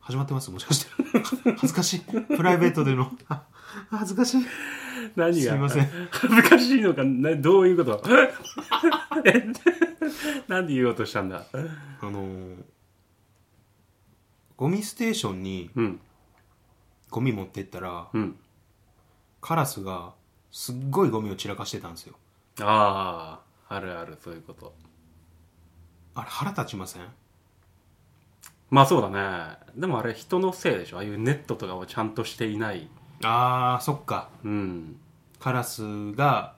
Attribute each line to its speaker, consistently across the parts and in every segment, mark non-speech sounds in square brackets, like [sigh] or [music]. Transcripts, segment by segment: Speaker 1: 始まってますもしかして恥ずかしいプライベートでのあ恥ずかしい
Speaker 2: 何が
Speaker 1: すいません
Speaker 2: 恥ずかしいのかなどういうこと [laughs] えなんで言おうとしたんだ
Speaker 1: あのーゴミステーションに
Speaker 2: うん
Speaker 1: ゴミ持ってったら
Speaker 2: うん
Speaker 1: カラスがすっごいゴミを散らかしてたんですよ
Speaker 2: あああるあるそういうこと
Speaker 1: あれ腹立ちません
Speaker 2: まあそうだねでもあれ人のせいでしょああいうネットとかをちゃんとしていない
Speaker 1: あーそっか
Speaker 2: うん
Speaker 1: カラスが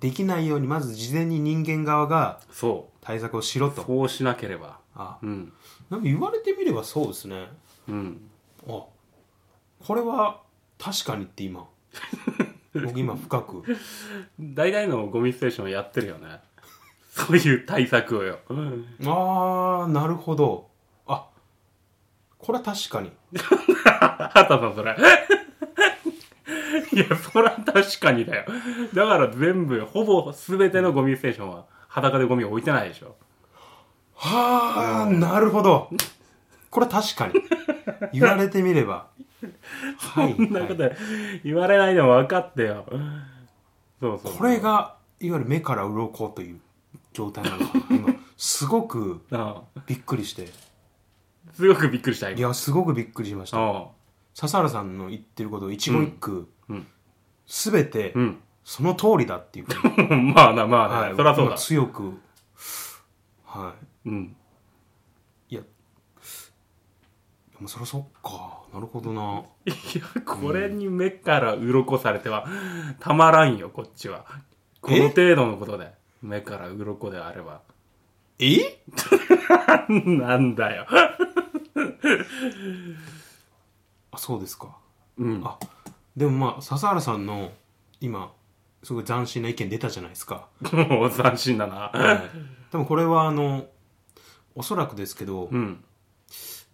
Speaker 1: できないようにまず事前に人間側が
Speaker 2: そ
Speaker 1: 対策をしろ
Speaker 2: う
Speaker 1: と
Speaker 2: そうしなければ
Speaker 1: あ
Speaker 2: うん
Speaker 1: なんか言われてみればそうですね
Speaker 2: うん
Speaker 1: あこれは確かにって
Speaker 2: [laughs]
Speaker 1: 今僕今深く
Speaker 2: 大体のゴミステーションやってるよねそういう対策をよ、うん
Speaker 1: ああなるほどあこれは確かに
Speaker 2: あたさんそれ。 [laughs] いや、そら確かにだよ。だから全部、ほぼ全てのゴミステーションは裸でゴミを置いてないでしょ。
Speaker 1: はあなるほどこれは確かに言われてみればはい、
Speaker 2: [laughs] そんなこと
Speaker 1: はい
Speaker 2: 言われないでも分かってよ。そうそう。
Speaker 1: これ。がいわゆる目から鱗という状態なのかな今すごく
Speaker 2: あ
Speaker 1: びっくりして
Speaker 2: あすごくびっくりした、
Speaker 1: い
Speaker 2: 今。
Speaker 1: やすごくびっくりしました
Speaker 2: ああ
Speaker 1: 笹原さんの言ってることを一言一句、
Speaker 2: うんうん
Speaker 1: すべて、
Speaker 2: うん。
Speaker 1: その通りだっていうふうに
Speaker 2: まあな、まあな、
Speaker 1: はい、
Speaker 2: そらそうだ。
Speaker 1: 強く、は
Speaker 2: うん。
Speaker 1: い、いや、でもそらそっか、なるほどな。
Speaker 2: いや、これに目から鱗されては、たまらんよ、こっちは。この程度のことで、目から鱗であれば。 [laughs]
Speaker 1: え
Speaker 2: なんだよ。
Speaker 1: あそうですか。
Speaker 2: うん。
Speaker 1: あでもまあ、笹原さんの今、すごい斬新な意見出たじゃないですか。
Speaker 2: もう斬新だな。
Speaker 1: でもこれは、あの、おそらくですけど、
Speaker 2: うん。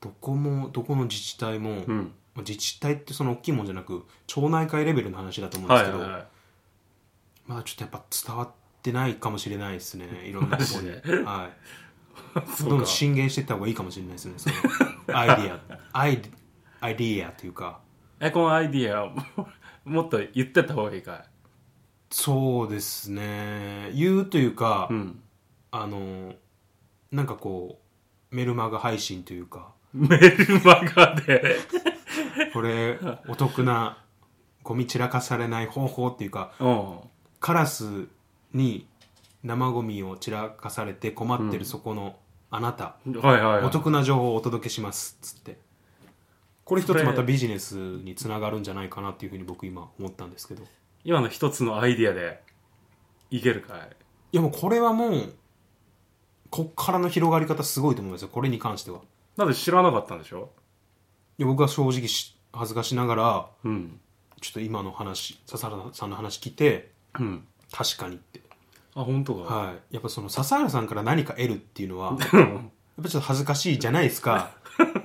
Speaker 1: どこも、どこの自治体も、
Speaker 2: うん。
Speaker 1: 自治体ってその大きいもんじゃなく、町内会レベルの話だと思うんで
Speaker 2: は
Speaker 1: す
Speaker 2: い
Speaker 1: けど、
Speaker 2: は
Speaker 1: まだちょっとやっぱ伝わってないかもしれないですね、いろんなところに
Speaker 2: [laughs] マ。
Speaker 1: はい
Speaker 2: いはい。そ
Speaker 1: どん
Speaker 2: う
Speaker 1: ど
Speaker 2: か
Speaker 1: ん。進言していった方がいいかもしれないですねそのアイディ [laughs] アアイアイディアというか
Speaker 2: え、このアイディアを [laughs] もっと言ってった方がいいか
Speaker 1: そうですね言うというか、
Speaker 2: い。うん。
Speaker 1: あのなんかこうメルマガ配信というか
Speaker 2: メルマガで。
Speaker 1: これお得なゴミ散らかされない方法っていうか
Speaker 2: うん。
Speaker 1: カラスに生ゴミを散らかされて困ってるそこのあなた、
Speaker 2: はいはい、はい。
Speaker 1: お得な情報をお届けしますっつってこれ一
Speaker 2: そ
Speaker 1: つ
Speaker 2: れ
Speaker 1: またビジネスにつながるんじゃないかなっていうふうに僕今思ったんですけど
Speaker 2: 今の一つのアイディアでいけるかい
Speaker 1: いやもうこれはもうこっからの広がり方すごいと思いますよこれに関しては
Speaker 2: だって知らなかったんでしょ
Speaker 1: いや僕は正直し恥ずかしながら
Speaker 2: うん。
Speaker 1: ちょっと今の話笹原さんの話聞いて
Speaker 2: うん。
Speaker 1: 確かにって
Speaker 2: あ、本当か。
Speaker 1: はいやっぱその笹原さんから何か得るっていうのはやっ
Speaker 2: うん
Speaker 1: ぱちょっと恥ずかしいじゃないですか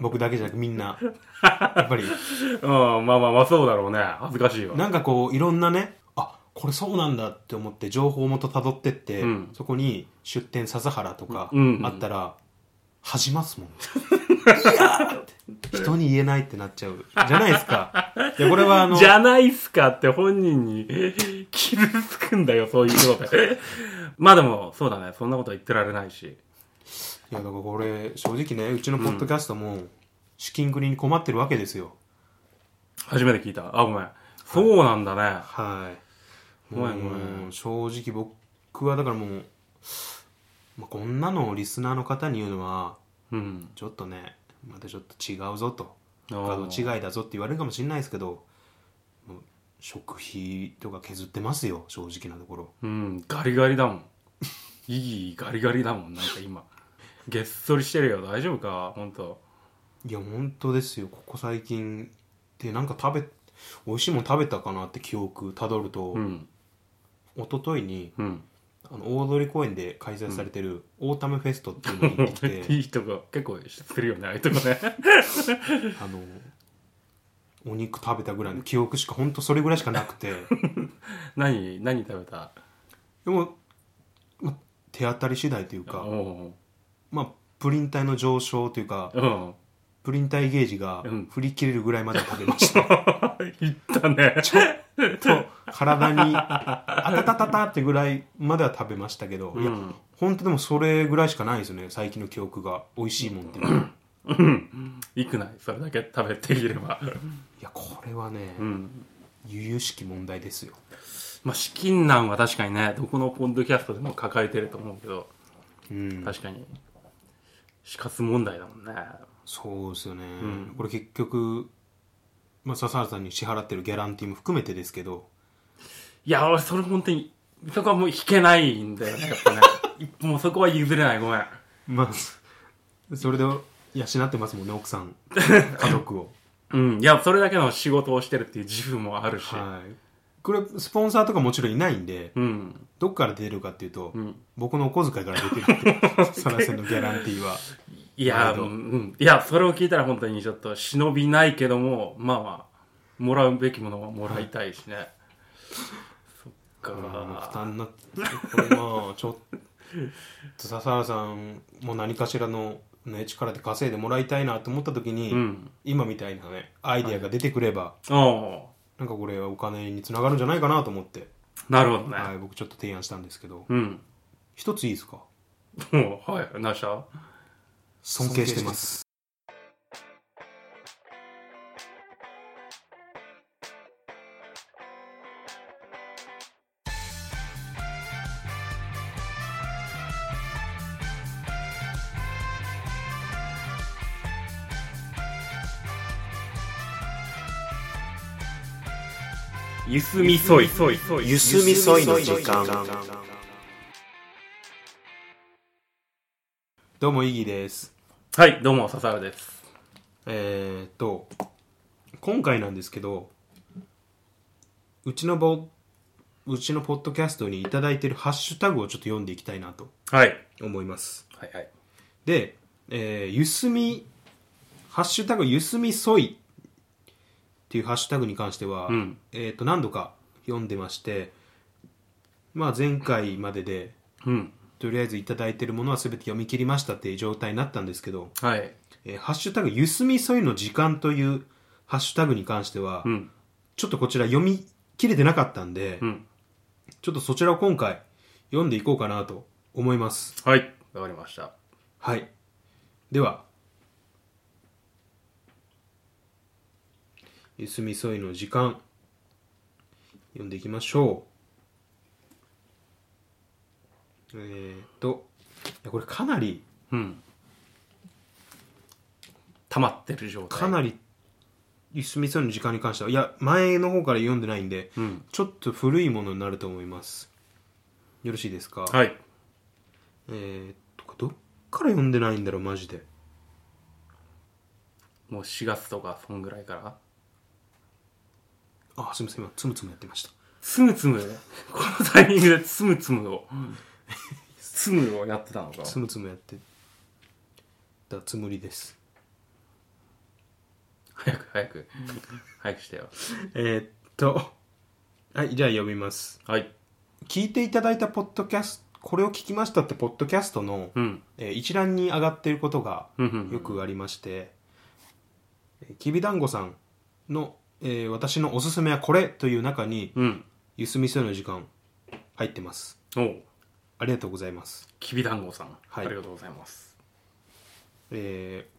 Speaker 1: 僕だけじゃなくみんなやっぱり
Speaker 2: うん。まあまあまあ、そうだろうね。恥ずかしいわ。
Speaker 1: なんかこういろんなねあこれそうなんだって思って情報元たどってって、
Speaker 2: うん
Speaker 1: そこに出店笹原とか
Speaker 2: うん
Speaker 1: あったら恥じ
Speaker 2: [laughs]
Speaker 1: ますもん、いやーって人に言えないってなっちゃうじゃないですかいやこれはあの
Speaker 2: じゃないっすかって本人に [laughs] 傷つくんだよ、そういうこと
Speaker 1: [laughs]
Speaker 2: で。まあでも、そうだね。そんなこと言ってられないし。
Speaker 1: いやだからこれ正直ねうちのポッドキャストも資金繰りに困ってるわけですよ、
Speaker 2: 初めて聞いた。あ、ごめん。そうなんだね。
Speaker 1: はい
Speaker 2: ごめん
Speaker 1: もう
Speaker 2: ごめ
Speaker 1: 正直僕はだからもう、まあ、こんなのをリスナーの方に言うのは
Speaker 2: うん。
Speaker 1: ちょっとねまたちょっと違うぞと価
Speaker 2: あー
Speaker 1: 格違いだぞって言われるかもしれないですけどもう食費とか削ってますよ正直なところ
Speaker 2: うん、ガリガリだもん。
Speaker 1: [laughs]
Speaker 2: いいガリガリだもん、なんか今。げっそりしてるよ。大丈夫かほんと。
Speaker 1: いや本当ですよここ最近でなんか食べ美味しいもん食べたかなって記憶たどると、
Speaker 2: うん。
Speaker 1: 一昨日に
Speaker 2: うん。
Speaker 1: あの大通公園で開催されてるオータムフェストっていうの
Speaker 2: [laughs]
Speaker 1: に行ってきて
Speaker 2: いいとこ、結構するよね、ああいうとこね。 [laughs]
Speaker 1: あのお肉食べたぐらいの記憶しか本当それぐらいしかなくて
Speaker 2: 何、何食べた
Speaker 1: でも、ま、手当たり次第という
Speaker 2: お
Speaker 1: か
Speaker 2: う
Speaker 1: まあプリン体の上昇というか
Speaker 2: おう。うん。 [laughs]
Speaker 1: プリン体ゲージが
Speaker 2: うん
Speaker 1: 振り切れるぐらいまで食べま
Speaker 2: [laughs]
Speaker 1: した。
Speaker 2: 言ったね。
Speaker 1: ちょっと体に、あたたたたってぐらいまでは食べましたけど、いや
Speaker 2: うん、
Speaker 1: 本当でもそれぐらいしかないですよね、最近の記憶が。美味しいもんっていうのは。
Speaker 2: うん。いくない。それだけ食べていれ
Speaker 1: [laughs]
Speaker 2: ば。
Speaker 1: いや、これはね
Speaker 2: う、ん。
Speaker 1: 由々しき問題ですよ。
Speaker 2: まあ、資金難は確かにね、どこのポンドキャストでも抱えてると思うけど、
Speaker 1: うん。
Speaker 2: 確かに。死活問題だもんね。
Speaker 1: そうですよね。
Speaker 2: ん
Speaker 1: これ結局、まあ、笹原さんに支払ってるギャランティーも含めてですけど、
Speaker 2: いや、俺、それ本当に、そこはもう引けないんだよね、やっぱね。一歩もうそこは譲れない、ごめん。
Speaker 1: まあ、それで養ってますもんね、奥さん、家族
Speaker 2: [laughs]
Speaker 1: を。
Speaker 2: うん。いや、それだけの仕事をしてるっていう自負もあるし。
Speaker 1: はい。これ、スポンサーとかもちろんいないんで、
Speaker 2: うん。
Speaker 1: どっから出るかっていうと、
Speaker 2: うん。
Speaker 1: 僕のお小遣いから出てる [laughs]
Speaker 2: [laughs]
Speaker 1: って、サラセンのギャランティーは。
Speaker 2: いや、
Speaker 1: なる
Speaker 2: う
Speaker 1: ほ
Speaker 2: ん
Speaker 1: ど
Speaker 2: うん。いや、それを聞いたら本当にちょっと忍びないけども、まあまあ、もらうべきものはもらいたいしね。そっ
Speaker 1: うん負
Speaker 2: か。
Speaker 1: 担な、これまあ、ちょっと笹原さんも何かしらの、ね、力で稼いでもらいたいなと思った時に、
Speaker 2: うん。
Speaker 1: 今みたいなね、アイディアが出てくれば、
Speaker 2: お
Speaker 1: なんかこれはお金につながるんじゃないかなと思って、
Speaker 2: うなるほどね。
Speaker 1: はい、僕ちょっと提案したんですけど、
Speaker 2: うん。
Speaker 1: 一ついいですか
Speaker 2: もう、はい。なした
Speaker 1: 尊敬してます。
Speaker 2: ゆすみそい。
Speaker 3: ゆすみそいの時間
Speaker 1: どうも、イギーです。
Speaker 2: はい、どうも、笹原です。
Speaker 1: えー、っと、今回なんですけど、うちのぼ、うちのポッドキャストにいただいてるハッシュタグをちょっと読んでいきたいなと
Speaker 2: はい。
Speaker 1: 思います。
Speaker 2: はいはい。
Speaker 1: で、えーゆすみ、ハッシュタグゆすみそいっていうハッシュタグに関しては、
Speaker 2: うん
Speaker 1: えーっと、何度か読んでまして、まあ前回までで、
Speaker 2: うん。
Speaker 1: とりあえずいただいてるものは全て読み切りましたっていう状態になったんですけど、
Speaker 2: はい。
Speaker 1: えーハッシュタグ、ゆすみそいの時間というハッシュタグに関しては、
Speaker 2: うん。
Speaker 1: ちょっとこちら読み切れてなかったんで、
Speaker 2: うん。
Speaker 1: ちょっとそちらを今回読んでいこうかなと思います。
Speaker 2: はい。わかりました。
Speaker 1: はい。では、ゆすみそいの時間、読んでいきましょう。えー、っと、いやこれかなり、
Speaker 2: うん。溜まってる状態。
Speaker 1: かなり、ゆすみそいの時間に関しては、いや、前の方から読んでないんで、
Speaker 2: うん。
Speaker 1: ちょっと古いものになると思います。よろしいですか、
Speaker 2: はい。
Speaker 1: えー、っと、これどっから読んでないんだろう、マジで。
Speaker 2: もう4月とか、そんぐらいから。
Speaker 1: あ、すみません、今、つむつむやってました。
Speaker 2: つむつむ [laughs] このタイミングでつむつむを。つむをやってたのか。
Speaker 1: つむつむやってたつむりです。
Speaker 2: 早く早く。早くしてよ。
Speaker 1: えー、っと、はい、じゃあ読みます。
Speaker 2: はい。
Speaker 1: 聞いていただいたポッドキャスト、これを聞きましたってポッドキャストの、
Speaker 2: うん。
Speaker 1: えー一覧に上がっていることが
Speaker 2: うんうんうん
Speaker 1: よくありまして、えーきびだんごさんの、えー私のおすすめはこれという中に、
Speaker 2: うん。
Speaker 1: ゆすみそいの時間入ってます。
Speaker 2: おう。
Speaker 1: ありがとうございます。
Speaker 2: きびだんごさん。
Speaker 1: はい
Speaker 2: ありがとうございます。
Speaker 1: えー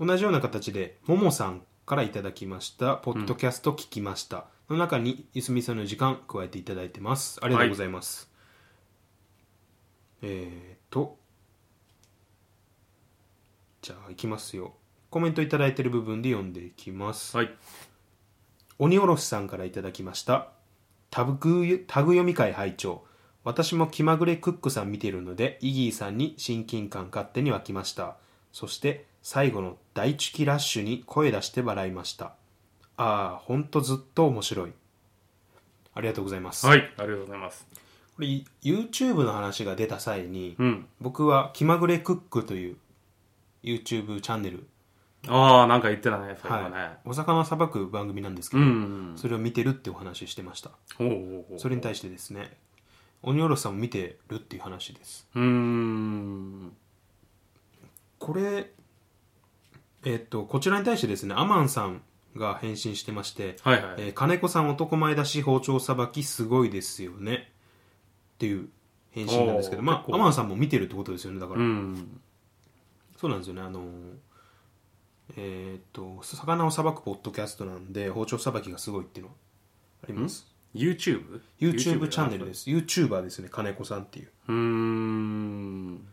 Speaker 1: 同じような形で、ももさんからいただきました、ポッドキャスト聞きました。の中に、ゆすみそいの時間加えていただいてます。ありがとうございます。えーと、じゃあ、いきますよ。コメントいただいている部分で読んでいきます。
Speaker 2: はい。
Speaker 1: 鬼おろしさんからいただきましたタグタグ読み会拝聴私も気まぐれクックさん見ているのでイギーさんに親近感勝手に湧きましたそして最後の大チュキラッシュに声出して笑いましたああほんとずっと面白いありがとうございます、
Speaker 2: はい。ありがとうございます。
Speaker 1: これ YouTube の話が出た際に、
Speaker 2: うん。
Speaker 1: 僕は気まぐれクックという YouTube チャンネル、
Speaker 2: ああ、なんか言ってたね、それはね。
Speaker 1: はい、お魚さばく番組なんですけ
Speaker 2: う
Speaker 1: ど、
Speaker 2: んうん
Speaker 1: それを見てるってお話ししてました
Speaker 2: うん。おうおうおう。
Speaker 1: それに対してですね鬼おろしさんを見てるっていう話です
Speaker 2: うーん。
Speaker 1: これえっと、こちらに対してですね、アマンさんが返信してまして、
Speaker 2: はいはい。
Speaker 1: えー金子さん男前だし包丁さばきすごいですよねっていう返信なんですけど
Speaker 2: おー
Speaker 1: ま
Speaker 2: 結
Speaker 1: あ
Speaker 2: 構
Speaker 1: アマンさんも見てるってことですよねだから、
Speaker 2: うん。
Speaker 1: そうなんですよねあのーえーっと魚をさばくポッドキャストなんで包丁さばきがすごいっていうのはあります
Speaker 2: YouTube?YouTube。
Speaker 1: YouTube チャンネルですす YouTuber ですね金子さんっていう
Speaker 2: うーん。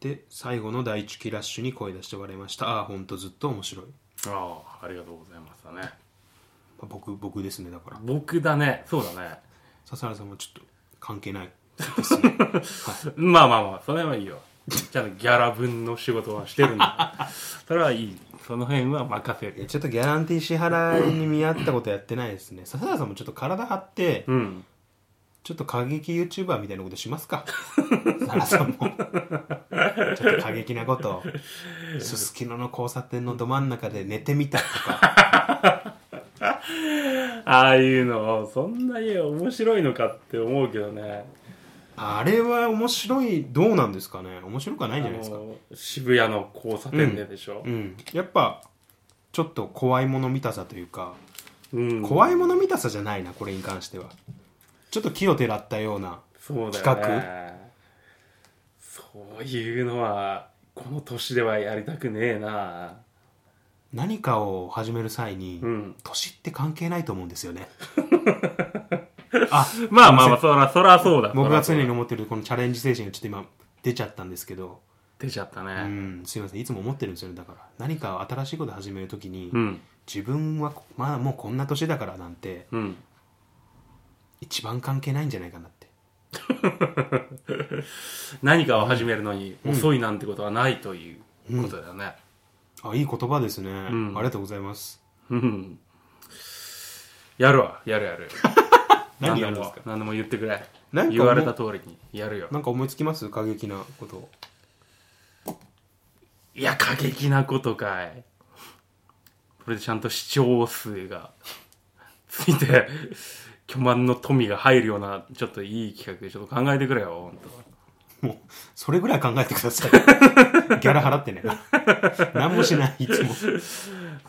Speaker 1: で最後の第一期ラッシュに声出して笑いましたああほんとずっと面白い、ま
Speaker 2: ああ、ありがとうございましたね。
Speaker 1: あ僕僕ですねだから
Speaker 2: 僕だね。そうだね。
Speaker 1: 笹原さんはちょっと関係ないですね
Speaker 2: まあまあまあ、それはいい [laughs] よ。ちゃんとギャラ分の仕事はしてるん [laughs] だ。それはいい。その辺は任せ
Speaker 1: い
Speaker 2: る。
Speaker 1: やちょっとギャランティー支払いに見合ったことやってないですね笹原さんもちょっと体張って、
Speaker 2: うん。
Speaker 1: ちょっと過激 YouTuber みたいなことしますか笹原さんもちょっと過激なことすすきのの交差点のど真ん中で寝てみたとか
Speaker 2: ああいうの、そんなに面白いのかって思うけどね。
Speaker 1: あれは面白いどうなんですかね面白くはないんじゃないですか
Speaker 2: あの渋谷の交差点ででしょ
Speaker 1: う。んやっぱちょっと怖いもの見たさというか
Speaker 2: うん
Speaker 1: 怖いもの見たさじゃないなこれに関してはちょっと木をてらったような
Speaker 2: そうだよ
Speaker 1: 企
Speaker 2: ねそういうのはこの年ではやりたくねえな
Speaker 1: 何かを始める際に、
Speaker 2: うん
Speaker 1: 年って関係ないと思うんですよねあ
Speaker 2: まあまあまあそらそらそうだ
Speaker 1: 僕が
Speaker 2: そ
Speaker 1: 常
Speaker 2: らそう
Speaker 1: に
Speaker 2: だ
Speaker 1: 思ってるこのチャレンジ精神がちょっと今出ちゃったんですけど
Speaker 2: 出ちゃった
Speaker 1: う
Speaker 2: ね
Speaker 1: んすいませんいつも思ってるんですよねだから何か新しいこと始めるときに、
Speaker 2: うん
Speaker 1: 自分はまあもうこんな年だからなんて
Speaker 2: うん
Speaker 1: 一番関係ないんじゃないかなって
Speaker 2: 何かを始めるのに遅いなんてことはないということだよね
Speaker 1: あいい言葉ですね、
Speaker 2: ん
Speaker 1: ありがとうございます
Speaker 2: うん、やるわやるやる
Speaker 1: [laughs] 何やる
Speaker 2: で
Speaker 1: んです
Speaker 2: も
Speaker 1: か
Speaker 2: 何でも言ってくれ
Speaker 1: なんかもう
Speaker 2: 言われた通りにやるよ
Speaker 1: なんか思いつきます過激なことを
Speaker 2: いや過激なことかいこれでちゃんと視聴数がついて巨万の富が入るようなちょっといい企画でちょっと考えてくれよ本
Speaker 1: もうそれぐらい考えてくださいギャラ払ってね何もしないいつも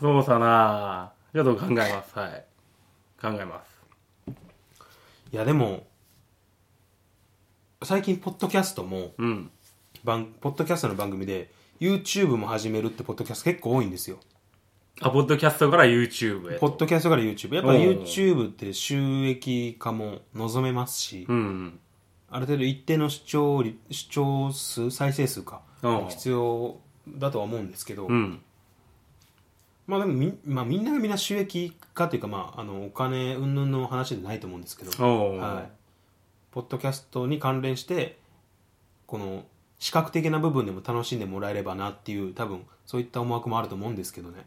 Speaker 2: 当そうさなちょっと考えますはい考えます
Speaker 1: いやでも最近ポッドキャストも
Speaker 2: うん
Speaker 1: 番ポッドキャストの番組で YouTube も始めるってポッドキャスト結構多いんですよ
Speaker 2: あポッドキャストから YouTube へ
Speaker 1: ポッドキャストから YouTube やっぱ
Speaker 2: おう
Speaker 1: YouTube って収益化も望めますし、
Speaker 2: うん
Speaker 1: ある程度一定の視聴率視聴数再生数か
Speaker 2: おう
Speaker 1: 必要だとは思うんですけど、
Speaker 2: うん
Speaker 1: まあでもみ,、まあ、みんながみんな収益化というか、まあ、あのお金云々の話じゃないと思うんですけど、
Speaker 2: おう
Speaker 1: はい、ポッドキャストに関連してこの視覚的な部分でも楽しんでもらえればなっていう多分そういった思惑もあると思うんですけどね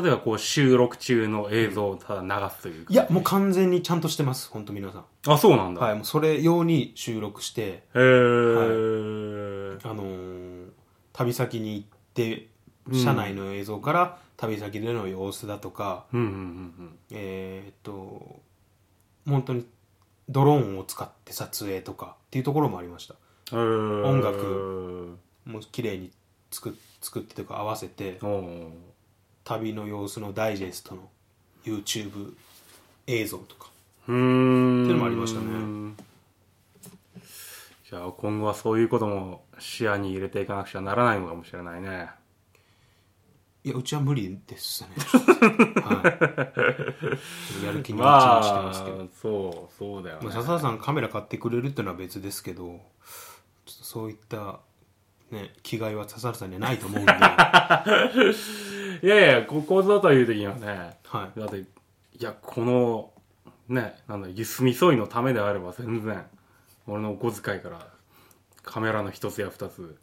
Speaker 2: 例えばこう収録中の映像をただ流すというか
Speaker 1: いやもう完全にちゃんとしてます本当皆さん
Speaker 2: あそうなんだ、
Speaker 1: はいもうそれ用に収録して
Speaker 2: へー
Speaker 1: あのー旅先に行って車内の映像から旅先での様子だとか、
Speaker 2: うんうんうん
Speaker 1: えーっと本当にドローンを使って撮影とかっていうところもありました
Speaker 2: うん
Speaker 1: 音楽もう綺麗に作作ってというか合わせて
Speaker 2: おう
Speaker 1: 旅の様子のダイジェストの YouTube 映像とか
Speaker 2: うーん。
Speaker 1: っていうのもありましたね。
Speaker 2: じゃあ今後はそういうことも視野に入れていかなくちゃならないのかもしれないね。
Speaker 1: いやうちは無理ですね、 [laughs] はい、やる気に満ち
Speaker 2: ま
Speaker 1: 満ちてますけど、
Speaker 2: あ、そう、そうだよ
Speaker 1: ま
Speaker 2: ね
Speaker 1: あ、。笹田さんカメラ買ってくれるっていうのは別ですけどちょっとそういった、ね、気概は笹原さんにはないと思 [laughs] うんで、はい
Speaker 2: やいや、こ [laughs] こぞという時にはね、
Speaker 1: い、
Speaker 2: だって、いや、この、ね、なんだ、ゆすみそいのためであれば全然、俺のお小遣いから、カメラの一つや二つ。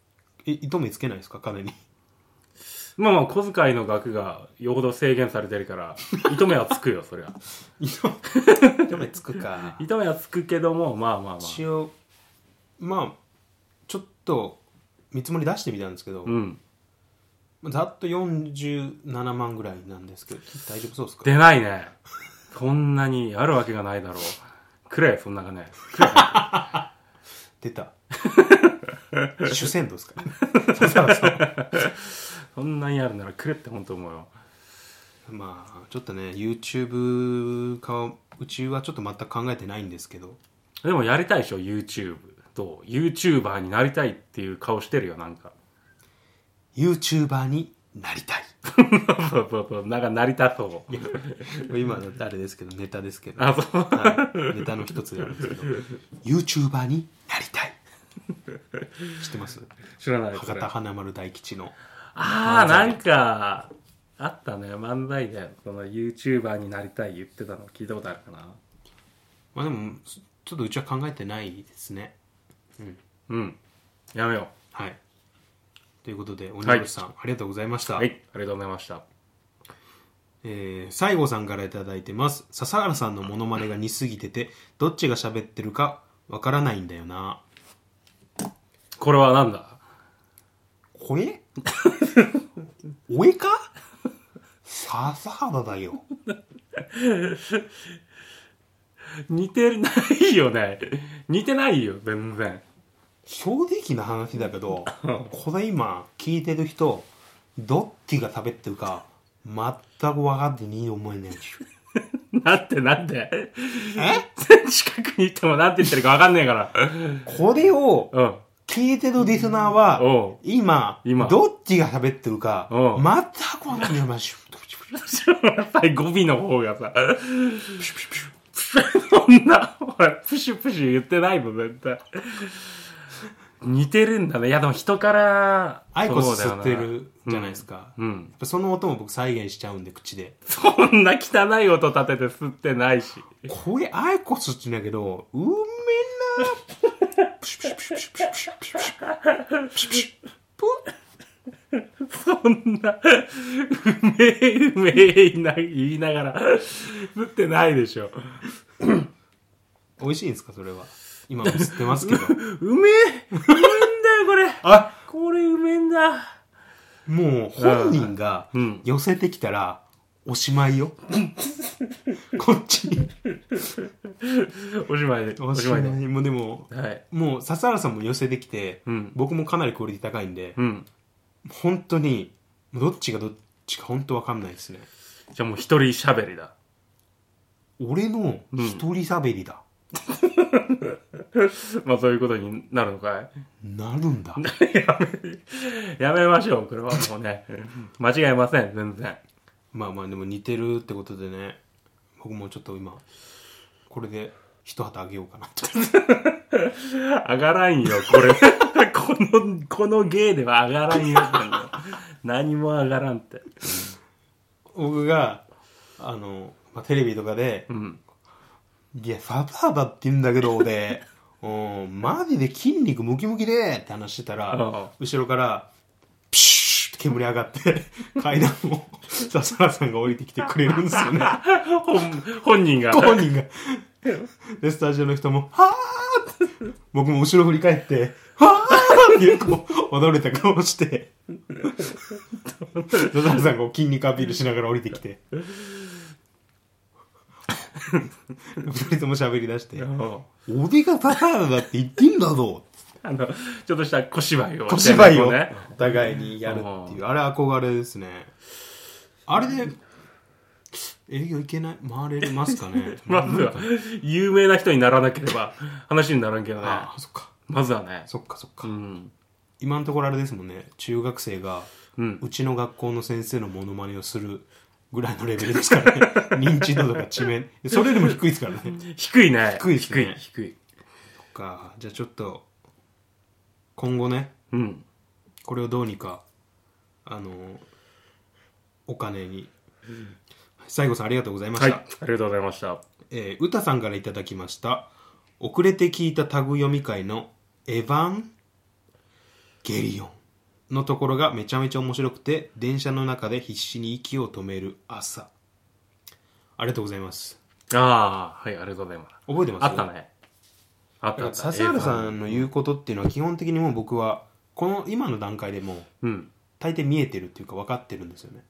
Speaker 1: え糸目つけないですか金に
Speaker 2: まあまあ、小遣いの額がよほど制限されてるから、糸目はつくよ、そりゃ。
Speaker 1: 糸目つくか
Speaker 2: 糸目はつくけども、まあまあまあ。
Speaker 1: 一応まあちょっと見積もり出してみたんですけど、
Speaker 2: うん。
Speaker 1: ざっと47万ぐらいなんですけど大丈夫そうですか
Speaker 2: 出ないね。そんなにあるわけがないだろう。くれ、そんな金。
Speaker 1: 出た主戦度ですか笹原さん
Speaker 2: そそんなにあるならくれって本当思うよ
Speaker 1: [laughs] まあちょっとね YouTube かうちはちょっと全く考えてないんですけど
Speaker 2: でもやりたいでしょ YouTube どう YouTuber になりたいっていう顔してるよなんか
Speaker 1: YouTuber になりたい [laughs]
Speaker 2: そうそうそう [laughs] なんかなりたそう
Speaker 1: 今のあれですけどネタですけど、
Speaker 2: あそう
Speaker 1: はい、ネタの一つなんですけど YouTuber になりたい知ってます
Speaker 2: 知らないそ
Speaker 1: 博
Speaker 2: れ
Speaker 1: 多華丸大吉の
Speaker 2: ああなんかあったね漫才でその YouTuber になりたい言ってたの聞いたことあるかな
Speaker 1: まあでもちょっとうちは考えてないですね
Speaker 2: うんやめよ
Speaker 1: はいということで鬼越さん、ありがとうございました、
Speaker 2: うはいありがとうございました
Speaker 1: えー、西郷さんからいただいてます笹原さんのモノマネが似すぎててどっちが喋ってるかわからないんだよな
Speaker 2: これはなんだ
Speaker 1: こ [laughs] れ俺か笹原だよ
Speaker 2: 似てないよね似てないよ全然
Speaker 1: 正直な話だけどこれ今聞いてる人どっちが喋ってるか全く分かっていい思えないでしょ
Speaker 2: なんてなんで [laughs]
Speaker 1: え
Speaker 2: 近くに行ってもなんて言ってるか分かんねえから
Speaker 1: これを
Speaker 2: うん
Speaker 1: 聞いてるリスナーは
Speaker 2: おう
Speaker 1: 今
Speaker 2: 今
Speaker 1: どっちが喋ってるか
Speaker 2: おう
Speaker 1: 全く分かんないまし
Speaker 2: やっぱり語尾の方がさ、そんな、ほら、プシュプシュ言ってないもん、絶対。似てるんだね。いや、でも人から、
Speaker 1: アイコス
Speaker 2: そうだ
Speaker 1: 吸
Speaker 2: よな
Speaker 1: って。るじゃないですか、
Speaker 2: う
Speaker 1: や
Speaker 2: ん。
Speaker 1: っぱその音も僕再現しちゃうんで口で
Speaker 2: そんな汚い音立てて吸ってないし。
Speaker 1: これアイコスってんだけどうめえなプシュプシュプシュプシュプシュプシュプシュ
Speaker 2: そんな、うめえ、うめえ言いな言いながら、吸ってないでしょ。
Speaker 1: 美味しいんですかそれは今も吸ってます
Speaker 2: [laughs]
Speaker 1: けど
Speaker 2: うめえ、うめえんだよ、これ。
Speaker 1: あ
Speaker 2: これうめえんだ。
Speaker 1: もう本人が
Speaker 2: うん
Speaker 1: 寄せてきたらおしまい
Speaker 2: [laughs]
Speaker 1: よこっちに
Speaker 2: おしまいで。
Speaker 1: お
Speaker 2: お
Speaker 1: し
Speaker 2: し
Speaker 1: ま
Speaker 2: ま
Speaker 1: い
Speaker 2: いで。
Speaker 1: もうでも
Speaker 2: はい。
Speaker 1: もう笹原さんも寄せてきて、
Speaker 2: うん
Speaker 1: 僕もかなりクオリティ高いんで、
Speaker 2: うん。
Speaker 1: 本当にどっちがどっちか本当わかんないですね
Speaker 2: じゃあもう一人喋りだ。 [laughs]
Speaker 1: 俺の一人喋りだ、
Speaker 2: まあそういうことになるのかい
Speaker 1: なるんだ [laughs]
Speaker 2: やめ、やめましょう、これはもうね。間違いません、全然。
Speaker 1: まあまあでも似てるってことでね僕もちょっと今これで一旗あげようかなと
Speaker 2: 上がらんよ、これ。 [laughs] この、この芸では上がらんよ、 [laughs] 何も上がらんって。
Speaker 1: 僕があの、まあ、テレビとかで
Speaker 2: うん。
Speaker 1: いや、サバーバって言うんだけど、俺、 [laughs] うん、マジで筋肉ムキムキでって話してた
Speaker 2: うん
Speaker 1: ら、後ろから、ピシューって煙上がって、 [laughs] 階段を、 [laughs] 笹原さんが降りてきてくれるんですよ
Speaker 2: [laughs]
Speaker 1: ね。
Speaker 2: 本、本人が。
Speaker 1: 本人が。で、スタジオの人も、はーって、僕も後ろ振り返って、はーっていう、こう、驚いた顔して、笹原さんがこう筋肉アピールしながら降りてきて、二人とも喋り出して
Speaker 2: う、ん
Speaker 1: 俺がバカだって言ってんだ
Speaker 2: [laughs]
Speaker 1: ぞ
Speaker 2: あの、ちょっとした小芝居を。
Speaker 1: 小芝居を
Speaker 2: ね。
Speaker 1: お互いにやるっていうあれ憧れですねあれで営業いけない回れますかね
Speaker 2: [laughs] まずは、有名な人にならなければ、話にならんけどね。
Speaker 1: ああそっか
Speaker 2: まずはね。
Speaker 1: そっかそっか、
Speaker 2: うん。
Speaker 1: 今のところあれですもんね中学生が
Speaker 2: うん。
Speaker 1: うちの学校の先生のモノマネをするぐらいのレベルですからね
Speaker 2: [laughs]
Speaker 1: 認知度とか知名それよりも低いですからね
Speaker 2: 低いね。
Speaker 1: 低いですね
Speaker 2: 低い、低い。
Speaker 1: そっかじゃあちょっと今後ね
Speaker 2: うん。
Speaker 1: これをどうにかあのお金に西郷さんありがとうございまし
Speaker 2: は
Speaker 1: た、
Speaker 2: い。ありがとうございました。
Speaker 1: えー、歌さんからいただきました遅れて聞いたタグ読み会の「エヴァンゲリオン」のところがめちゃめちゃ面白くて電車の中で必死に息を止める朝ありがとうございます
Speaker 2: ああ、はい、ありがとうございます。
Speaker 1: 覚えてます
Speaker 2: あったね。あったあった。
Speaker 1: 笹原
Speaker 2: えー
Speaker 1: さんの言うことっていうのは基本的にもう僕はこの今の段階でもう
Speaker 2: うん。
Speaker 1: 大抵見えてるっていうか分かってるんですよね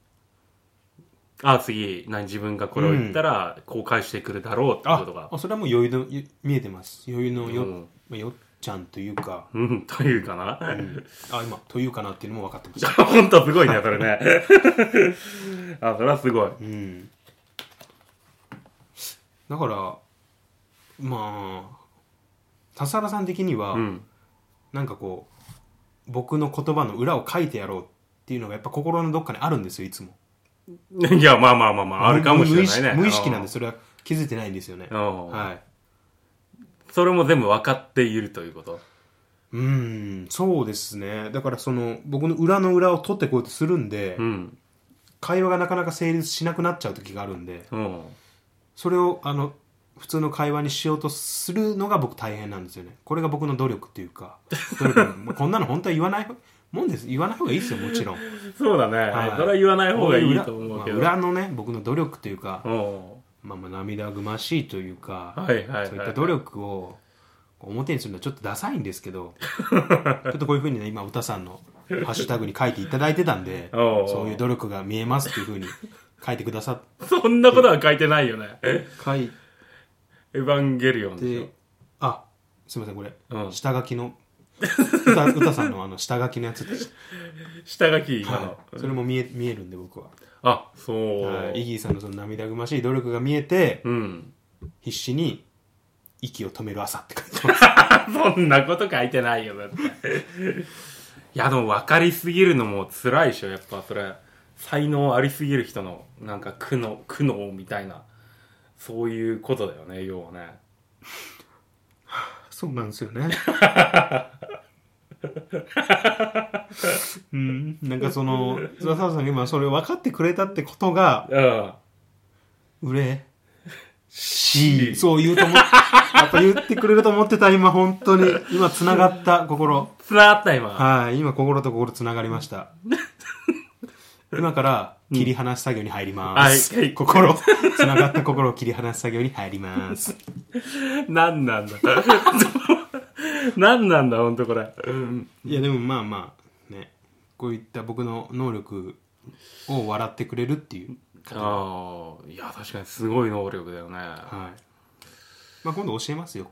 Speaker 2: ああ、次、何、自分がこれを言ったら、公開してくるだろうってことが。
Speaker 1: あそれはもう余裕のゆ見えてます余裕のよ、
Speaker 2: うん
Speaker 1: まあ、よちゃんという
Speaker 2: [laughs]
Speaker 1: か、
Speaker 2: うん、というかな。
Speaker 1: うん、あ今というかなっていうのも分かってまし
Speaker 2: じゃ
Speaker 1: た、
Speaker 2: あ、ほんとすごいね、それね。 [laughs] あ、それはすごい。
Speaker 1: うん、だからまあ笹原さん的には、
Speaker 2: うん。
Speaker 1: なんかこう僕の言葉の裏を書いてやろうっていうのがやっぱ心のどっかにあるんですよいつも
Speaker 2: いや、まあまあまあまあ、あるかもしれないね。
Speaker 1: 無意識無意識なんでそれは気づいてないんですよね
Speaker 2: う、ん。うん
Speaker 1: はい
Speaker 2: それも全部分かっているということ。
Speaker 1: うんそうですねだからその僕の裏の裏を取ってこようとするんで、
Speaker 2: うん。
Speaker 1: 会話がなかなか成立しなくなっちゃう時があるんで
Speaker 2: うん。
Speaker 1: それをあの普通の会話にしようとするのが僕大変なんですよねこれが僕の努力っていうか努力まあこんなの [laughs] 本当は言わないもんです言わない方がいいですよもちろん
Speaker 2: そうだね。
Speaker 1: はい
Speaker 2: それは言わない方がいいと思うけど。
Speaker 1: まあ裏のね僕の努力というか、
Speaker 2: うん。
Speaker 1: まあ、まあ涙ぐましいというか、
Speaker 2: はいはいはい。
Speaker 1: そういった努力を表にするのはちょっとダサいんですけ
Speaker 2: [laughs]
Speaker 1: どちょっとこういうふうにね今歌さんのハッシュタグに書いていただいてたんで
Speaker 2: おう
Speaker 1: そういう努力が見えますっていうふうに書いてくださっ
Speaker 2: そんなことは書いてないよね。エ
Speaker 1: 書い
Speaker 2: ヴァンゲリオンでしてょ。
Speaker 1: あすいませんこれ、
Speaker 2: うん
Speaker 1: 下書きの歌歌さんのあの下書きのやつです、
Speaker 2: 下書き、今
Speaker 1: は
Speaker 2: の。
Speaker 1: い、それも見え見えるんで僕は、
Speaker 2: あ、そう。
Speaker 1: はい、イギーさんのその涙ぐましい努力が見えて、
Speaker 2: うん。
Speaker 1: 必死に息を止める朝って書いてます
Speaker 2: そんなこと書いてないよ、だって。いや、でも分かりすぎるのも辛いでしょ、やっぱそれ。才能ありすぎる人の、なんか苦悩、苦悩みたいな、そういうことだよね、要はね。
Speaker 1: [laughs] そうなんですよね [laughs] うんなんかその津田さんが今それを分かってくれたってことが
Speaker 2: うん。
Speaker 1: うれしいそう言うと思っやっぱ言ってくれると思ってた今本当に今つながった心
Speaker 2: つながった、今。
Speaker 1: はい今心と心つながりました
Speaker 2: [laughs]
Speaker 1: 今から切り離す作業に入ります、
Speaker 2: うんはいはい
Speaker 1: 心つながった心を切り離す作業に入り
Speaker 2: [laughs]
Speaker 1: ます
Speaker 2: なんなんだ。 [laughs] なんなんだ、ほんとこれ。うん。
Speaker 1: いやでもまあまあねこういった僕の能力を笑ってくれるっていう、
Speaker 2: ああ、いや、確かにすごい能力だよね。
Speaker 1: はいまあ、今度教えます
Speaker 2: [laughs]
Speaker 1: よ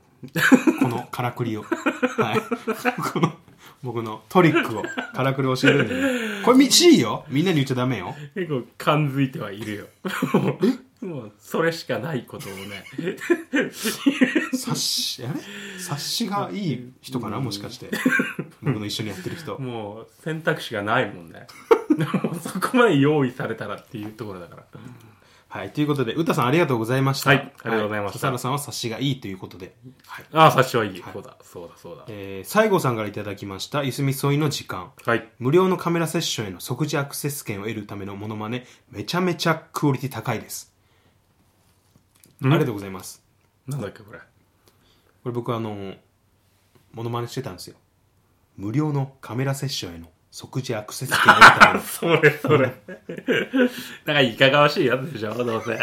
Speaker 1: このからくりを、はい、この僕のトリックをからくりを教えるんでね、これみ C よみんなに言っちゃダメよ
Speaker 2: 結構感づいてはいるよ。もう、もうそれしかないことをね。
Speaker 1: 察しあれ察しがいい人かなもしかして僕の一緒にやってる人
Speaker 2: もう選択肢がないもんね。もうそこまで用意されたらっていうところだから。
Speaker 1: はいということで歌さんありがとうございました
Speaker 2: はいありがとうございました
Speaker 1: 笹原さんは察しがいいということではい
Speaker 2: ああ、察しはいい。そうだ、そうだ、そうだ。
Speaker 1: えー、西郷さんからいただきました「いすみそいの時間」
Speaker 2: はい。
Speaker 1: 無料のカメラセッションへの即時アクセス権を得るためのモノマネめちゃめちゃクオリティ高いですありがとうございます
Speaker 2: なんだっけ、これ。
Speaker 1: これ僕あのモノマネしてたんですよ無料のカメラセッションへの即時アクセス権を得るための
Speaker 2: それ、それ。なんかいかがわしいやつでしょ、どうせ。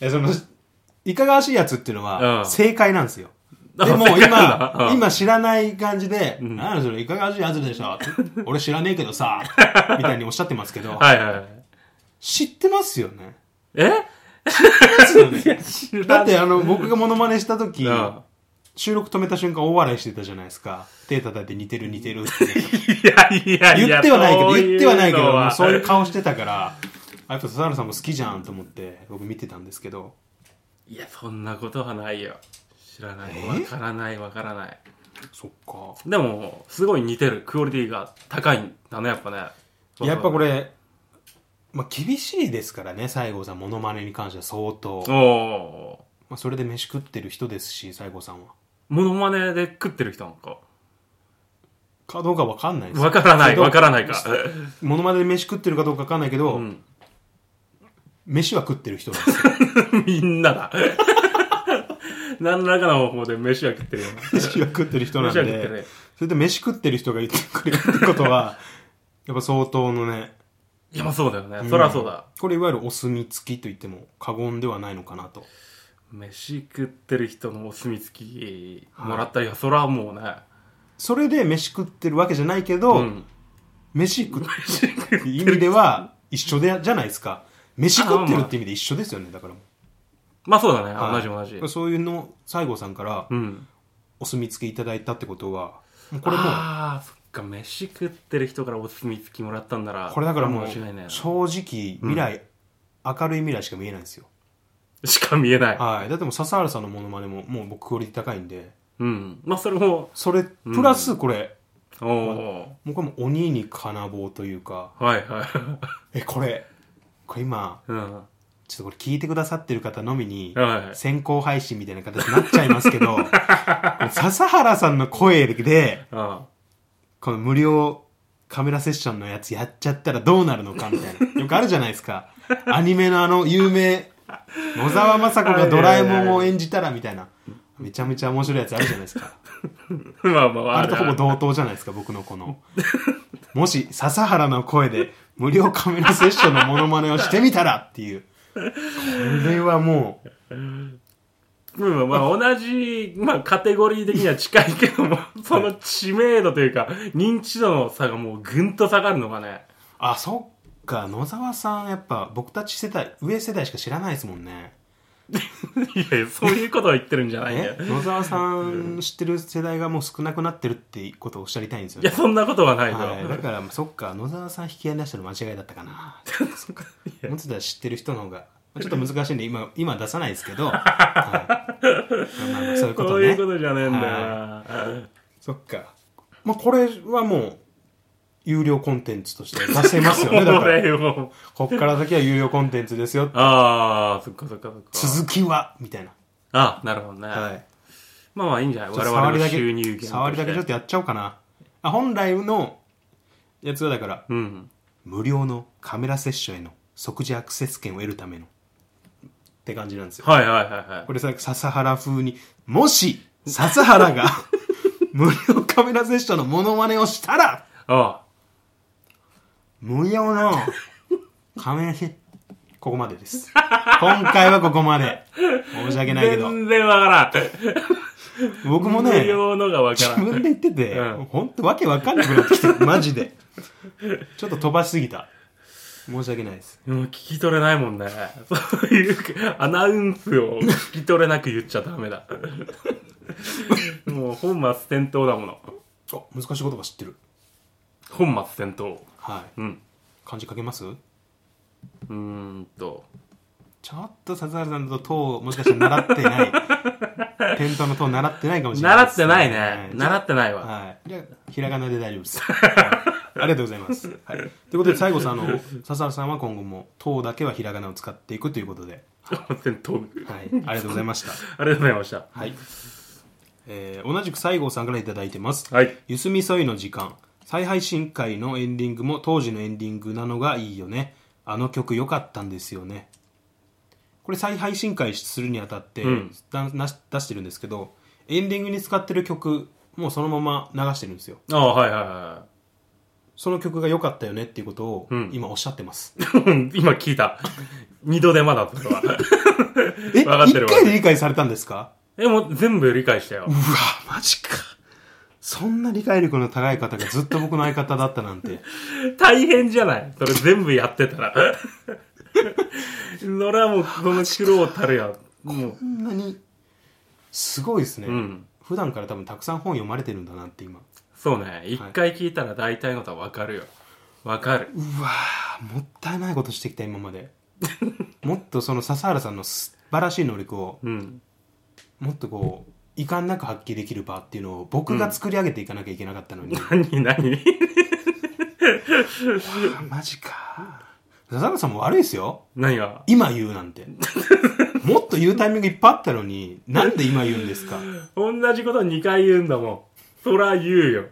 Speaker 1: えそのいかがわしいやつっていうのは、
Speaker 2: うん
Speaker 1: 正解なんですよ
Speaker 2: あ
Speaker 1: でも
Speaker 2: 正解なんだ
Speaker 1: 今、
Speaker 2: うん
Speaker 1: 今知らない感じで、何それ、いかがわしいやつでしょ俺知らねえけどさ、
Speaker 2: [laughs]
Speaker 1: みたいにおっしゃってますけど、
Speaker 2: はいはい。
Speaker 1: 知ってますよね。 [laughs]
Speaker 2: え
Speaker 1: ですよね
Speaker 2: いや、知
Speaker 1: だ
Speaker 2: ら
Speaker 1: っ
Speaker 2: ん。
Speaker 1: てあの、僕がモノマネした時
Speaker 2: うん、
Speaker 1: 収録止めた瞬間大笑いしてたじゃないですか。手叩いて似てる似てるって。
Speaker 2: いやいやいや。
Speaker 1: 言ってはないけど、
Speaker 2: そう
Speaker 1: 言ってはないけど、
Speaker 2: の
Speaker 1: もうそういう顔してたから、あやっぱ笹原さんも好きじゃんと思って、僕見てたんですけど、
Speaker 2: いや、そんなことはないよ。知らない。わからない、わからない。
Speaker 1: そっか。
Speaker 2: でも、すごい似てる。クオリティが高いんだね、やっぱね。
Speaker 1: やっぱこ
Speaker 2: れ。
Speaker 1: れ、まあ厳しいですからね、西郷さん、モノマネに関しては相当。
Speaker 2: おお
Speaker 1: まあそれで飯食ってる人ですし、西郷さんは。
Speaker 2: ー。モノマネで食ってる人なんか。
Speaker 1: かどうかわかんないです
Speaker 2: わからな
Speaker 1: け
Speaker 2: い、
Speaker 1: ど
Speaker 2: わからないか。
Speaker 1: モノマネで飯食ってるかどうかわかんないけど、
Speaker 2: うん
Speaker 1: 飯は食ってる人なんですよ。
Speaker 2: みんなだ。 [laughs] 何らかの方法で飯は食ってるよね。
Speaker 1: [laughs] 飯は食ってる人なん
Speaker 2: 飯は食って
Speaker 1: で
Speaker 2: る。。
Speaker 1: それで飯食ってる人が言ってくれるってこと [laughs] は、やっぱ相当のね。
Speaker 2: いや、まあそうだよね。そりゃそうだ。
Speaker 1: これいわゆるお墨付きと言っても過言ではないのかなと。
Speaker 2: 飯食ってる人のお墨付きもらったりは、そりゃもうね。
Speaker 1: それで飯食ってるわけじゃないけど、
Speaker 2: うん。
Speaker 1: 飯食ってるっていう意味では一緒でじゃないですか。飯食ってるって意味で一緒ですよね、だからもう。
Speaker 2: まあそうだね。
Speaker 1: は
Speaker 2: 同
Speaker 1: い
Speaker 2: じ同じ。
Speaker 1: そういうのを西郷さんから
Speaker 2: う、ん。
Speaker 1: お墨付きいただいたってことはもうこ
Speaker 2: これ
Speaker 1: れ
Speaker 2: も
Speaker 1: も
Speaker 2: う
Speaker 1: う
Speaker 2: ああそっか飯食ってる人からお墨付きもらったんなら
Speaker 1: これだからもう
Speaker 2: 間違いないな
Speaker 1: 正直未来、明るい未来しか見えないんですよ
Speaker 2: しか見えない
Speaker 1: はいだってもう笹原さんのモノマネももう僕クオリティ高いんで
Speaker 2: うんまあそれも
Speaker 1: それプラスこれ、
Speaker 2: おお
Speaker 1: もうこれも鬼に金棒というか
Speaker 2: はいはい [laughs]
Speaker 1: えこれこれ今
Speaker 2: うん
Speaker 1: ちょっとこれ聞いてくださってる方のみに
Speaker 2: はい
Speaker 1: 先行配信みたいな形になっちゃいますけ
Speaker 2: [laughs]
Speaker 1: ど笹原さんの声で
Speaker 2: あ
Speaker 1: この無料カメラセッションのやつやっちゃったらどうなるのかみたいな。よくあるじゃないですか。アニメのあの有名、野沢雅子がドラえもんを演じたらみたいな。めちゃめちゃ面白いやつあるじゃないですか。
Speaker 2: あまあまあ
Speaker 1: あれとほぼ
Speaker 2: る
Speaker 1: 同等じゃないですか、僕のこの。もし、笹原の声で無料カメラセッションのモノマネをしてみたらっていう。これはもう、
Speaker 2: うんまあ同じ、まあ、カテゴリー的には近いけ
Speaker 1: [laughs]
Speaker 2: ども [laughs] その知名度というか認知度の差がもうぐんと下がるのが
Speaker 1: [laughs]
Speaker 2: ね
Speaker 1: あ、そっか、野沢さんやっぱ僕たち世代、上世代しか知らないですもんね。
Speaker 2: いやいやそういうことを言ってるんじゃないんだよ
Speaker 1: え野沢さん知ってる世代がもう少なくなってるってことをおっしゃりたいんですよ
Speaker 2: いや
Speaker 1: ね。
Speaker 2: そんなことはないぞ、 [laughs]
Speaker 1: はい、だからそっか野沢さん引き合い出したの間違いだったかなそっかもっとたら知ってる人の方
Speaker 2: [laughs]
Speaker 1: がちょっと難しいんで今今は出さないですけど、はいまあまあそういうこと
Speaker 2: そう
Speaker 1: ね
Speaker 2: いうことじゃねえんだよな、
Speaker 1: そっか、まあ、これはもう有料コンテンツとして出せますよねだか
Speaker 2: [laughs] こ
Speaker 1: ら
Speaker 2: れよ
Speaker 1: こっから先は有料コンテンツですよ
Speaker 2: ああそっかそっかそっか
Speaker 1: 続きはみたいな、
Speaker 2: あなるほどね、
Speaker 1: はい、
Speaker 2: まあまあいいんじゃない
Speaker 1: ちょっ
Speaker 2: 我
Speaker 1: と
Speaker 2: 々
Speaker 1: 触り
Speaker 2: の
Speaker 1: だけ
Speaker 2: 収入源として
Speaker 1: 触りだけちょっとやっちゃおうかなあ本来のやつはだから
Speaker 2: うん
Speaker 1: 無料のカメラセッションへの即時アクセス権を得るためのって感じなんですよ
Speaker 2: はいはいはいはい
Speaker 1: これさ笹原風にもし笹原
Speaker 2: [laughs]
Speaker 1: が無料カメラセッションのモノマネをしたら
Speaker 2: あ
Speaker 1: 無料のカメラセッションここまでです今回はここまで申し訳
Speaker 2: あ
Speaker 1: ないけど
Speaker 2: 全然わからん
Speaker 1: 僕も
Speaker 2: 無
Speaker 1: ね
Speaker 2: 料のがわから
Speaker 1: 自
Speaker 2: ん
Speaker 1: 分で言ってて、
Speaker 2: うん
Speaker 1: ほんとわけわかんなくなってきてる
Speaker 2: [laughs]
Speaker 1: マジでちょっと飛ばしすぎた申し訳ないです
Speaker 2: うん聞き取れないもんねそういうアナウンスを聞き取れなく言っちゃダメだもう本末転倒だもの
Speaker 1: あ難しい言葉知ってる
Speaker 2: 本末転倒
Speaker 1: はい
Speaker 2: うん
Speaker 1: 漢字書けます
Speaker 2: うーんと
Speaker 1: ちょっと笹原さんと塔をもしかしたら習って
Speaker 2: [laughs]
Speaker 1: ない点灯の塔習ってないかもしれない
Speaker 2: 習
Speaker 1: で
Speaker 2: っ
Speaker 1: す
Speaker 2: てないね
Speaker 1: じゃ
Speaker 2: 習ってない
Speaker 1: あ
Speaker 2: わ
Speaker 1: はいじゃあひらがなで大丈夫です、はいありがとうございます、はい、ということで最後さんあの笹原さんは今後も塔だけはひらがなを使っていくということで、
Speaker 2: 本当に飛ぶ
Speaker 1: はい、ありがとうございました
Speaker 2: ありがとうございました。
Speaker 1: はい、えー同じく西郷さんからいただいてます
Speaker 2: はい。
Speaker 1: ゆすみそいの時間再配信会のエンディングも当時のエンディングなのがいいよねあの曲良かったんですよねこれ再配信会するにあたって、
Speaker 2: ん
Speaker 1: だなし出してるんですけどエンディングに使ってる曲もうそのまま流してるんですよ
Speaker 2: ああ、はいは
Speaker 1: その曲が良かったよねっていうことを
Speaker 2: ん
Speaker 1: 今おっしゃってます、
Speaker 2: [laughs] いはい。今聞いた。二度手間だ、それは。
Speaker 1: え
Speaker 2: わかってる
Speaker 1: 1回で理解されたんですか
Speaker 2: え、もう全部理解したよ
Speaker 1: う。わマジかそんな理解力の高い方がずっと僕の相方だったなんて
Speaker 2: 大変じゃないそれ全部やってたら。 [laughs] それはもう、この苦労たるや。もう
Speaker 1: こ、んなにすごいですね、
Speaker 2: うん。
Speaker 1: 普段から多分たくさん本読まれてるんだなって今
Speaker 2: そうね。一回聞いたら大体のことはわかるよ。わかる。
Speaker 1: うわーもったいないことしてきた今ま [laughs] でもっとその笹原さんの素晴らしい能力を
Speaker 2: うん。
Speaker 1: もっとこう遺憾なく発揮できる場っていうのを僕が作り上げていかなきゃいけなかったのに、
Speaker 2: 何何 [laughs]
Speaker 1: あマジか笹原さんも悪いですよ
Speaker 2: 何が
Speaker 1: 今言うなんてもっと言うタイミングいっぱいあったのになんで今言うんですか
Speaker 2: 同じこと2回言うんだもん。そら言うよ。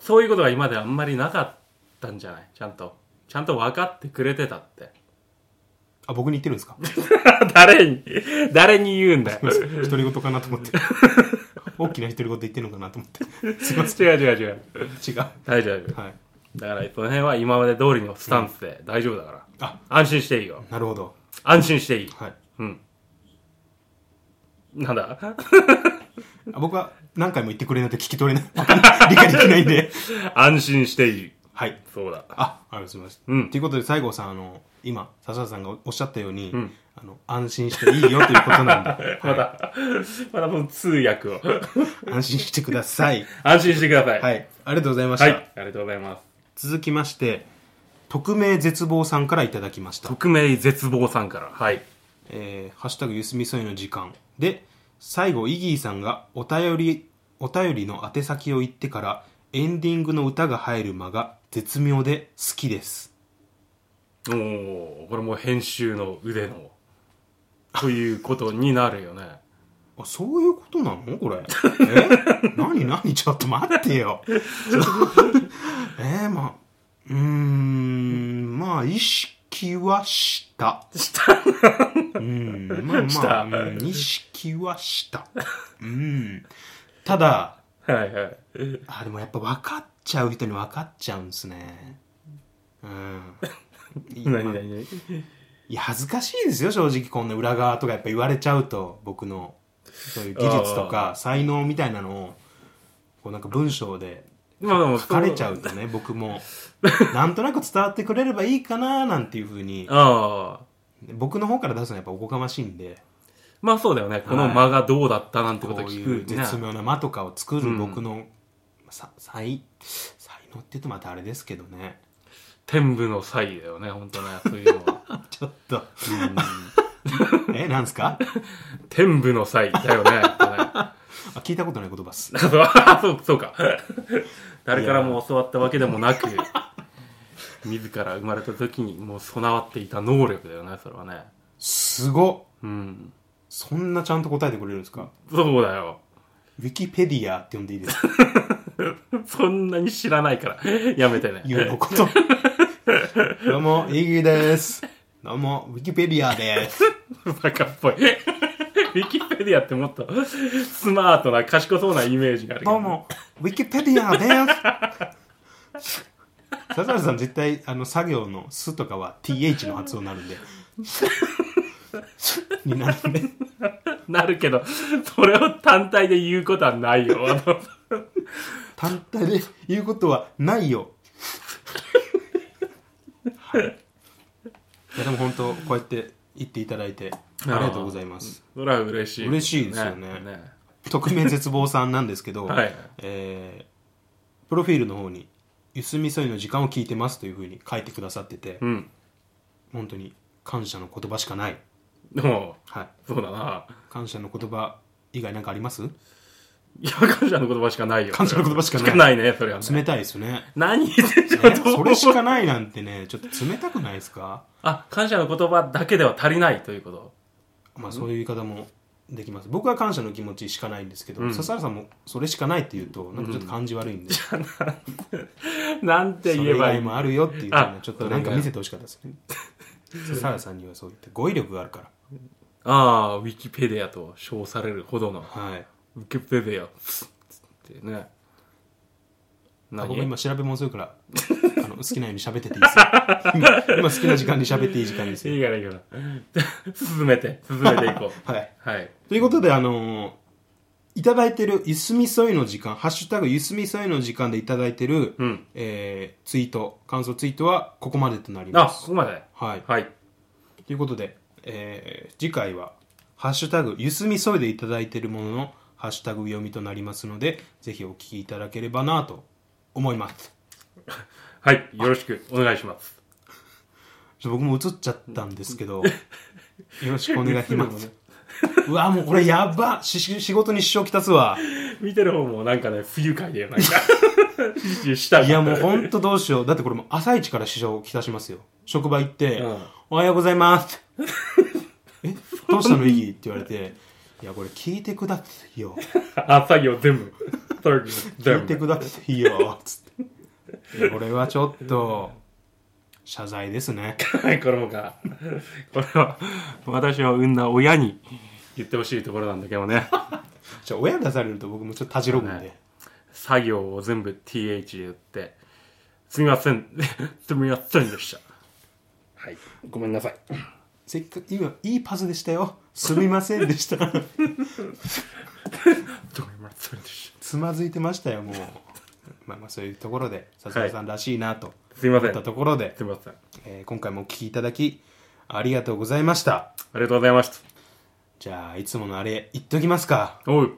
Speaker 2: そういうことが今まであんまりなかったんじゃないちゃんと。ちゃんと分かってくれてたって。
Speaker 1: あ僕に言ってるんですか
Speaker 2: 誰に、 [laughs] 誰に言うんだよ。
Speaker 1: 独り言かなと思 [laughs] って大きな独り言言ってるのかなと思ってすいませ
Speaker 2: [laughs] 違う違う違う。
Speaker 1: ん違う
Speaker 2: 大丈夫。
Speaker 1: はい
Speaker 2: だから、その辺は今まで通りのスタンスで大丈夫だから。
Speaker 1: あ
Speaker 2: 安心していいよ。
Speaker 1: なるほど
Speaker 2: 安心していい。
Speaker 1: はい
Speaker 2: うん。なんだ [laughs]
Speaker 1: あ僕は何回も言ってくれないと聞き取れない。わかんない理解できないんで。
Speaker 2: 安心していい。
Speaker 1: はい。
Speaker 2: そうだ。
Speaker 1: あ、ありがとうございます。
Speaker 2: うん
Speaker 1: ということで、西郷さん、あの、今、笹田さんがおっしゃったように、
Speaker 2: ん
Speaker 1: あの安心していいよということ
Speaker 2: [laughs]
Speaker 1: なんで
Speaker 2: まだ、まだこの通訳 [laughs] を。
Speaker 1: 安心してください
Speaker 2: 安心してください。。
Speaker 1: はいいありがとうございました、
Speaker 2: はい。ありがとうございます。
Speaker 1: 続きまして匿名絶望さんからいただきました
Speaker 2: 匿名絶望さんから。はい。
Speaker 1: えーハッシュタグゆすみそいの時間」で最後イギーさんがお便りお便りの宛先を言ってからエンディングの歌が入る間が絶妙で好きです
Speaker 2: おおこれもう編集の腕の、ということになるよね。
Speaker 1: あそういうことなのこれ
Speaker 2: [laughs]
Speaker 1: え何何ちょっと待ってよちょっとえー、まあうーんまあ意識はした
Speaker 2: した
Speaker 1: うんまあ
Speaker 2: した
Speaker 1: まあ、うん意識はしたうんただ
Speaker 2: はいはい。
Speaker 1: あでもやっぱ分かっちゃう人に分かっちゃうんですねうん
Speaker 2: [laughs]
Speaker 1: いや
Speaker 2: 何何何
Speaker 1: いや恥ずかしいですよ正直こんな裏側とかやっぱ言われちゃうと僕のそういう技術とか才能みたいなのをこうなんか文章で
Speaker 2: まあでも、
Speaker 1: 書かれちゃうとね僕もなんとなく伝わってくれればいいかななんていうふうに
Speaker 2: ああ。
Speaker 1: 僕の方から出すのはやっぱおこがましいんで
Speaker 2: まあそうだよね。この間がどうだったなんてこ
Speaker 1: こと
Speaker 2: は
Speaker 1: う
Speaker 2: 聞
Speaker 1: いう
Speaker 2: くね。
Speaker 1: 絶妙な間とかを作る
Speaker 2: うん
Speaker 1: 僕の、さ才才能って言うとまたあれですけどね
Speaker 2: 天部の際だよね、本当ね。そういうのは。
Speaker 1: ちょっと
Speaker 2: う
Speaker 1: [laughs]
Speaker 2: ん
Speaker 1: え、なんですか
Speaker 2: 天部の際だよね。 [laughs] やっぱ
Speaker 1: あ聞いたことない言葉っす。
Speaker 2: ねそうそうか。誰からも教わったわけでもなく、自ら生まれた時にもう備わっていた能力だよね、それはね。
Speaker 1: すごっ
Speaker 2: うん。
Speaker 1: そんなちゃんと答えてくれるんですか
Speaker 2: そうだよ。
Speaker 1: ウィキペディアって呼んでいいです [laughs] か
Speaker 2: そんなに知らないから、やめてね。
Speaker 1: いうのこと。どうも、イギーです。どうも、ウィキペディアです。
Speaker 2: バカっぽい。 [laughs] ウィキペディアってもっとスマートな、賢そうなイメージがあるけど
Speaker 1: どう。も、ウィキペディアです。笹原さん絶対、あの、作業のすとかは th の発音になるん [laughs] で。になるんで。
Speaker 2: [laughs] なるけど、それを単体で言うことはな
Speaker 1: [laughs]
Speaker 2: いよ。
Speaker 1: 単体で言うことはないよ。はい、いやでも本当こうやって言っていただいてありがとうございます。
Speaker 2: それは嬉しい、
Speaker 1: 嬉しいですよね匿名絶望さんなんですけど、
Speaker 2: はい
Speaker 1: えープロフィールの方に「ゆすみそいの時間を聞いてます」というふうに書いてくださってて、
Speaker 2: うん。
Speaker 1: 本当に感謝の言葉しかない、
Speaker 2: でも、
Speaker 1: はい、
Speaker 2: そうだな。
Speaker 1: 感謝の言葉以外なんかあります
Speaker 2: いや、感謝の言葉しかないよ。
Speaker 1: 感謝の言葉しかない
Speaker 2: ね、それは、ね。
Speaker 1: 冷たいですよね
Speaker 2: 何言ってんじゃ
Speaker 1: え
Speaker 2: ん、どう
Speaker 1: それしかないなんてねちょっと冷たくないですか
Speaker 2: あ、感謝の言葉だけでは足りないということ。
Speaker 1: まあ、そういう言い方もできます僕は感謝の気持ちしかないんですけど、
Speaker 2: うん
Speaker 1: 笹原さんもそれしかないって言うとなんかちょっと感じ悪いん
Speaker 2: [laughs]
Speaker 1: で、そ
Speaker 2: なんて
Speaker 1: れ
Speaker 2: 言え
Speaker 1: 以
Speaker 2: ばい
Speaker 1: 外
Speaker 2: い
Speaker 1: もあるよっていうの
Speaker 2: あ
Speaker 1: をちょっとなんか見せてほしかったですね笹原さんにはそういった語彙力があるから
Speaker 2: ああ、ウィキペディアと称されるほどの。
Speaker 1: はい
Speaker 2: ウィキペディア。ってね。
Speaker 1: まあ
Speaker 2: 何
Speaker 1: 僕今調べ物するからあの好きなように喋ってていい
Speaker 2: [laughs]
Speaker 1: ですよ今今好きな時間に喋っていい時間ですよ
Speaker 2: いいからいいから。 [laughs] 進めて、進めていこ
Speaker 1: [laughs]
Speaker 2: う。
Speaker 1: はい
Speaker 2: はい。
Speaker 1: ということであのーいただいてるゆすみそいの時間「ハッシュタグゆすみそいの時間」でいただいてる、
Speaker 2: うん
Speaker 1: えーツイート感想ツイートはここまでとなり
Speaker 2: あ、
Speaker 1: ま
Speaker 2: こ
Speaker 1: す
Speaker 2: こまで。
Speaker 1: はい
Speaker 2: はい。
Speaker 1: ということで、えー次回は、ハッシュタグ、ゆすみそいでいただいているものの、ハッシュタグ読みとなりますので、ぜひお聞きいただければなと思います。
Speaker 2: はい。よろしくお願いします。
Speaker 1: ちょ僕も映っちゃったんですけ
Speaker 2: [laughs]
Speaker 1: ど、よろしくお願いします。うわ、もうこれやばし仕事に支障きたすわ。
Speaker 2: 見てる方もなんかね、不愉快だよ、なんか。 [laughs] した
Speaker 1: いや、もうほんとどうしよう。だってこれもう朝一から支障きたしますよ。職場行って、
Speaker 2: うん
Speaker 1: おはようござい
Speaker 2: [laughs]
Speaker 1: ます。え、どうしたの意義って言われて、いや、これ聞いてくださいよ。
Speaker 2: あ、作業全部。作業
Speaker 1: 聞い
Speaker 2: 全
Speaker 1: て
Speaker 2: 部。
Speaker 1: くださいよ、つって。いやこれはちょっと、謝罪です [laughs] ね。
Speaker 2: はい、これもか。これは、私を産んだ親に言ってほしいところなんだけどね。
Speaker 1: ちょ、親出されると僕もちょっとたじろぐんで
Speaker 2: ね。 [laughs] 作業を全部 TH で言って、すみません、すみませんでした。はい。ごめんなさい。
Speaker 1: せっかく、今、いいパスでしたよ。すみませんでした。
Speaker 2: すみませんでした。
Speaker 1: [laughs] つまずいてましたよ、もう。まあまあ、そういうところで、笹原さんらしいなと。
Speaker 2: すいませ
Speaker 1: 思
Speaker 2: ん
Speaker 1: ったところで、
Speaker 2: すみません。
Speaker 1: えー今回もお聞きいただき、ありがとうございました。
Speaker 2: ありがとうございまし
Speaker 1: じゃあ、いつものあれ、言っときますか。
Speaker 2: た。おう。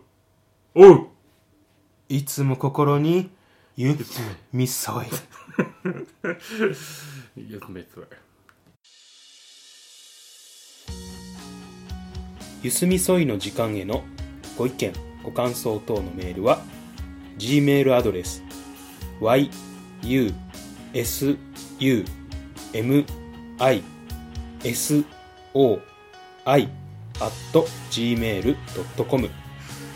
Speaker 2: おう。
Speaker 1: いつも心に、ゆ、みそい。
Speaker 2: Yes, m a t
Speaker 1: ゆすみそいの時間へのご意見ご感想等のメールは g メールアドレス y u s u m i s o i gmail.com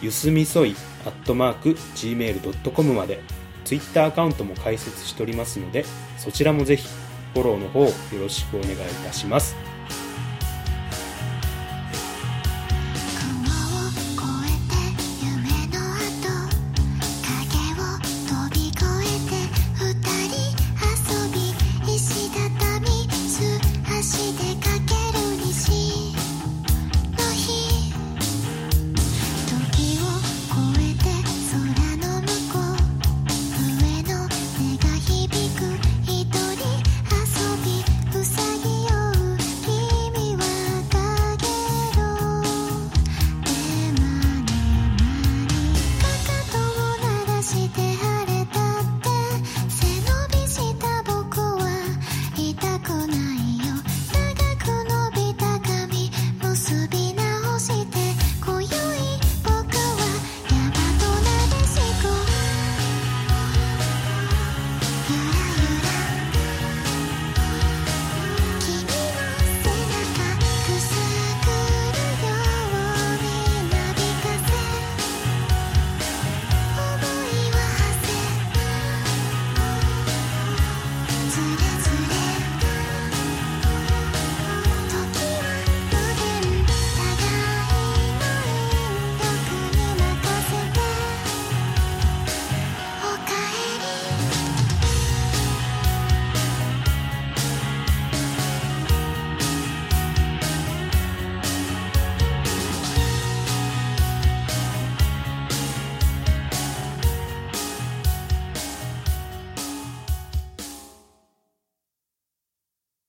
Speaker 1: ゆすみそい gmail.com までツイッターアカウントも開設しておりますのでそちらもぜひフォローの方よろしくお願いいたします